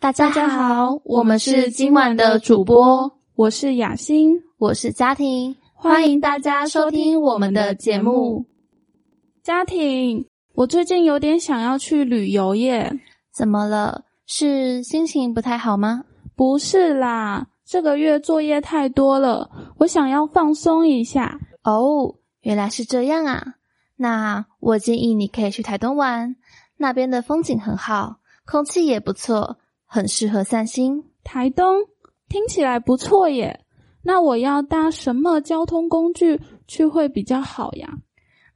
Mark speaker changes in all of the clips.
Speaker 1: 大家好，我们是今晚的主播，
Speaker 2: 我是雅欣，
Speaker 1: 我是家庭，欢迎大家收听我们的节目。
Speaker 2: 家庭，我最近有点想要去旅游耶，
Speaker 1: 怎么了？是心情不太好吗？
Speaker 2: 不是啦，这个月作业太多了，我想要放松一下。
Speaker 1: 哦，原来是这样啊。那我建议你可以去台东玩，那边的风景很好，空气也不错，很适合散心。
Speaker 2: 台东听起来不错耶，那我要搭什么交通工具去会比较好呀？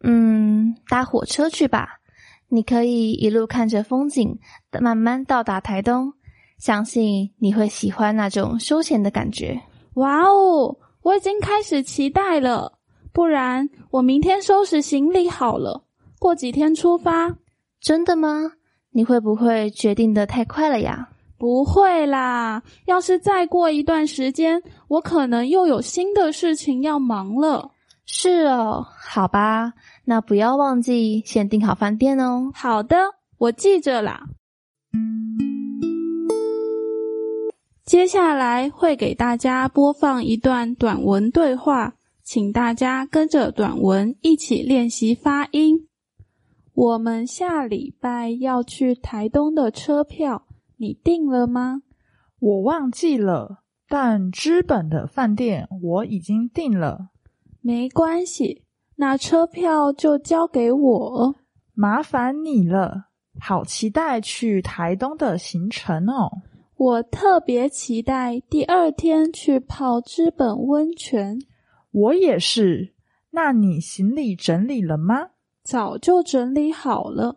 Speaker 1: 嗯，搭火车去吧。你可以一路看着风景，慢慢到达台东，相信你会喜欢那种休闲的感觉。
Speaker 2: 哇哦，我已经开始期待了。不然我明天收拾行李好了，过几天出发。
Speaker 1: 真的吗？你会不会决定的太快了呀？
Speaker 2: 不会啦，要是再过一段时间，我可能又有新的事情要忙了。
Speaker 1: 是哦，好吧，那不要忘记先订好饭店哦。
Speaker 2: 好的，我记着啦。接下来会给大家播放一段短文对话，请大家跟着短文一起练习发音。我们下礼拜要去台东的车票，你订了吗？
Speaker 3: 我忘记了，但知本的饭店我已经订了。
Speaker 2: 没关系，那车票就交给我，
Speaker 3: 麻烦你了。好期待去台东的行程哦！
Speaker 2: 我特别期待第二天去泡知本温泉。
Speaker 3: 我也是。那你行李整理了吗？
Speaker 2: 早就整理好了。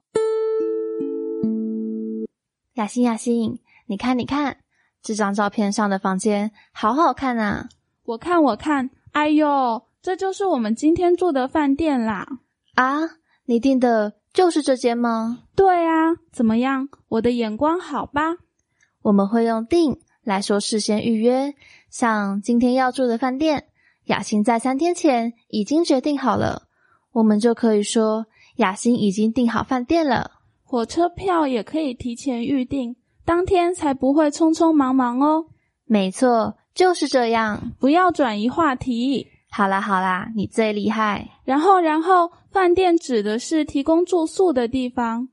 Speaker 1: 雅欣，雅欣，你看，你看，这张照片上的房间好好看啊！
Speaker 2: 我看，我看，哎呦，这就是我们今天住的饭店啦！
Speaker 1: 啊，你订的就是这间吗？
Speaker 2: 对啊，怎么样？我的眼光好吧？
Speaker 1: 我们会用“订”来说事先预约，像今天要住的饭店，雅欣在三天前已经决定好了，我们就可以说雅欣已经订好饭店了。
Speaker 2: 火车票也可以提前预定，当天才不会匆匆忙忙哦。
Speaker 1: 没错，就是这样。
Speaker 2: 不要转移话题。
Speaker 1: 好啦好啦，你最厉害。
Speaker 2: 然后，然后，饭店指的是提供住宿的地方，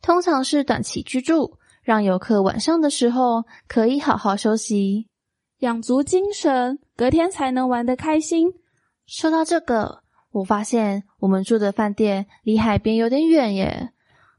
Speaker 1: 通常是短期居住，让游客晚上的时候可以好好休息，
Speaker 2: 养足精神，隔天才能玩得开心。
Speaker 1: 说到这个，我发现我们住的饭店离海边有点远耶，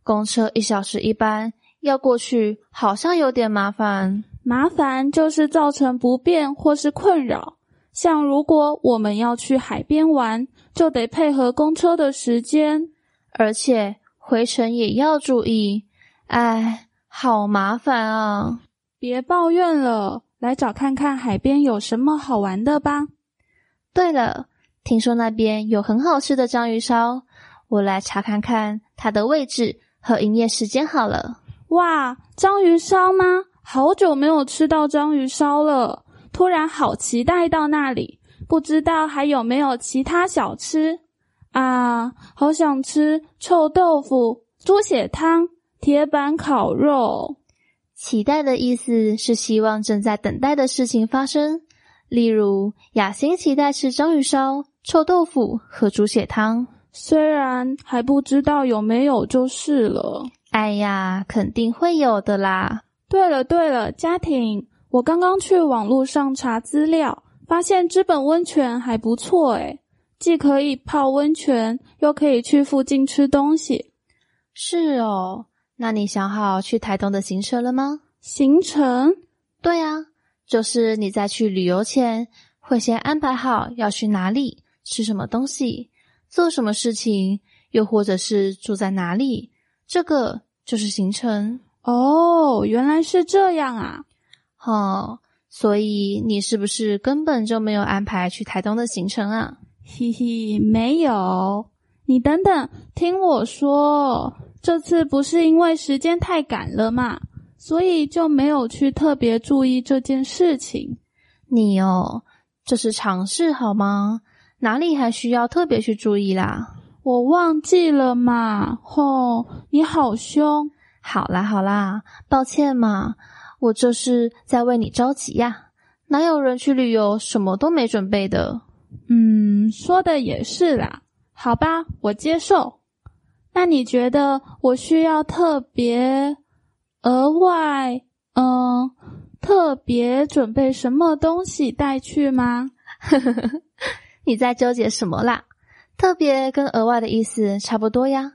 Speaker 1: 公车一小时一班，要过去好像有点麻烦。
Speaker 2: 麻烦就是造成不便或是困扰。像如果我们要去海边玩，就得配合公车的时间，
Speaker 1: 而且回程也要注意。哎，好麻烦啊！
Speaker 2: 别抱怨了，来找看看海边有什么好玩的吧。
Speaker 1: 对了，听说那边有很好吃的章鱼烧，我来查看看它的位置和营业时间好了。
Speaker 2: 哇，章鱼烧吗？好久没有吃到章鱼烧了，突然好期待到那里。不知道还有没有其他小吃啊？好想吃臭豆腐、猪血汤、铁板烤肉。
Speaker 1: 期待的意思是希望正在等待的事情发生，例如雅欣期待吃章鱼烧、臭豆腐和猪血汤。
Speaker 2: 虽然还不知道有没有就是了。
Speaker 1: 哎呀，肯定会有的啦。
Speaker 2: 对了对了，家庭，我刚刚去网络上查资料，发现知本温泉还不错诶，既可以泡温泉，又可以去附近吃东西。
Speaker 1: 是哦，那你想好去台东的行程了吗？
Speaker 2: 行程？
Speaker 1: 对啊，就是你在去旅游前，会先安排好要去哪里、吃什么东西、做什么事情，又或者是住在哪里，这个就是行程。
Speaker 2: 哦，原来是这样啊！
Speaker 1: 哦，所以你是不是根本就没有安排去台东的行程啊？
Speaker 2: 嘿嘿，没有。你等等，听我说，这次不是因为时间太赶了嘛，所以就没有去特别注意这件事情。
Speaker 1: 你哦，这是尝试好吗？哪里还需要特别去注意啦？
Speaker 2: 我忘记了嘛，吼、你好凶！
Speaker 1: 好啦好啦，抱歉嘛，我这是在为你着急呀、哪有人去旅游什么都没准备的？
Speaker 2: 嗯，说的也是啦。好吧，我接受。那你觉得我需要特别额外，嗯、特别准备什么东西带去吗？
Speaker 1: 你在纠结什么啦？特别跟额外的意思差不多呀。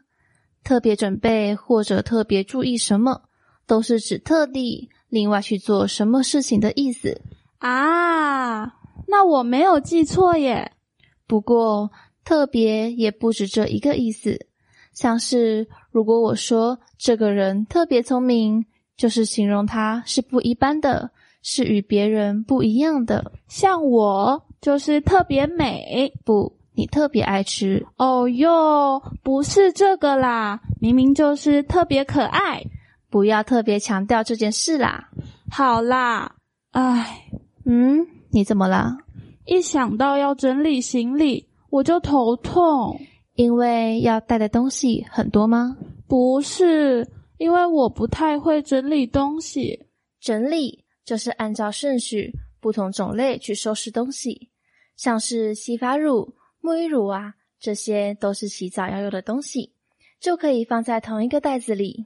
Speaker 1: 特别准备或者特别注意什么，都是指特地另外去做什么事情的意思。
Speaker 2: 啊，那我没有记错耶。
Speaker 1: 不过，特别也不止这一个意思。像是如果我说这个人特别聪明，就是形容他是不一般的，是与别人不一样的。
Speaker 2: 像我就是特别美
Speaker 1: 不，你特别爱吃。
Speaker 2: 哦哟，不是这个啦，明明就是特别可爱。
Speaker 1: 不要特别强调这件事啦。
Speaker 2: 好啦，唉，
Speaker 1: 嗯，你怎么啦？
Speaker 2: 一想到要整理行李，我就头痛。
Speaker 1: 因为要带的东西很多吗？
Speaker 2: 不是，因为我不太会整理东西。
Speaker 1: 整理就是按照顺序、不同种类去收拾东西，像是洗发乳、沐浴乳啊，这些都是洗澡要用的东西，就可以放在同一个袋子里。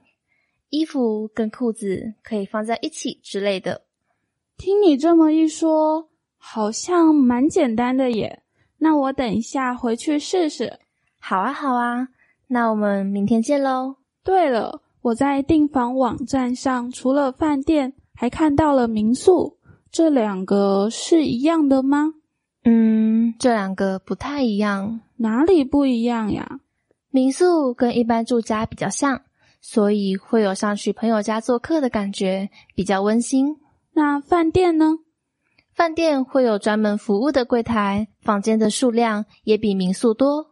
Speaker 1: 衣服跟裤子可以放在一起之类的。
Speaker 2: 听你这么一说，好像蛮简单的耶。那我等一下回去试试。
Speaker 1: 好啊，好啊，那我们明天见喽。
Speaker 2: 对了，我在订房网站上除了饭店，还看到了民宿，这两个是一样的吗？
Speaker 1: 嗯，这两个不太一样。
Speaker 2: 哪里不一样呀？
Speaker 1: 民宿跟一般住家比较像，所以会有像去朋友家做客的感觉，比较温馨。
Speaker 2: 那饭店呢？
Speaker 1: 饭店会有专门服务的柜台，房间的数量也比民宿多。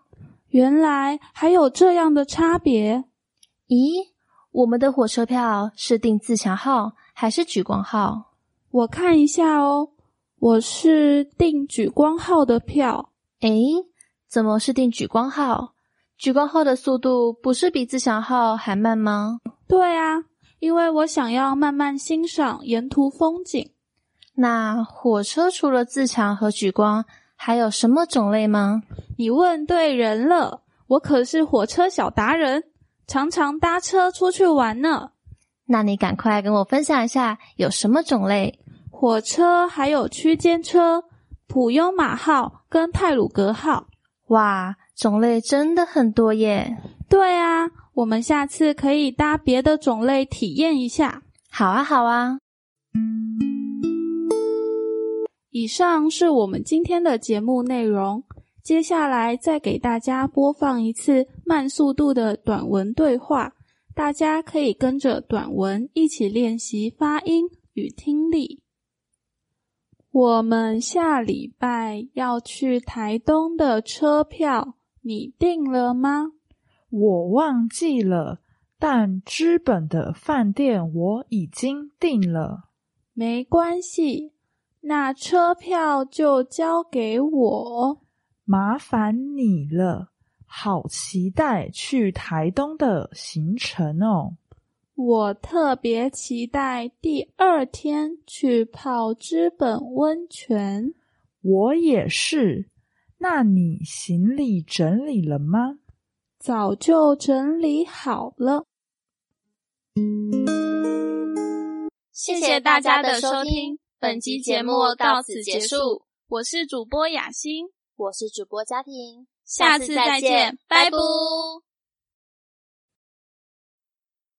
Speaker 2: 原来还有这样的差别。
Speaker 1: 咦，我们的火车票是订自强号还是莒光号？
Speaker 2: 我看一下哦，我是订莒光号的票。
Speaker 1: 诶，怎么是订莒光号？莒光号的速度不是比自强号还慢吗？
Speaker 2: 对啊，因为我想要慢慢欣赏沿途风景。
Speaker 1: 那火车除了自强和莒光，还有什么种类吗？
Speaker 2: 你问对人了，我可是火车小达人，常常搭车出去玩呢。
Speaker 1: 那你赶快跟我分享一下有什么种类？
Speaker 2: 火车还有区间车、普悠玛号跟泰鲁格号。
Speaker 1: 哇，种类真的很多耶！
Speaker 2: 对啊，我们下次可以搭别的种类体验一下。
Speaker 1: 好啊，好啊，
Speaker 2: 以上是我们今天的节目内容。接下来再给大家播放一次慢速度的短文对话，大家可以跟着短文一起练习发音与听力。我们下礼拜要去台东的车票，你订了吗？
Speaker 3: 我忘记了，但知本的饭店我已经订了。
Speaker 2: 没关系，那车票就交给我。哦
Speaker 3: 麻烦你了，好期待去台东的行程哦！
Speaker 2: 我特别期待第二天去泡知本温泉。
Speaker 3: 我也是。那你行李整理了吗？
Speaker 2: 早就整理好了。谢
Speaker 4: 谢大家的收听，本期节目到此结束。
Speaker 2: 我是主播雅欣，
Speaker 4: 我是主播家庭，
Speaker 2: 下次再见，拜拜。
Speaker 4: 拜拜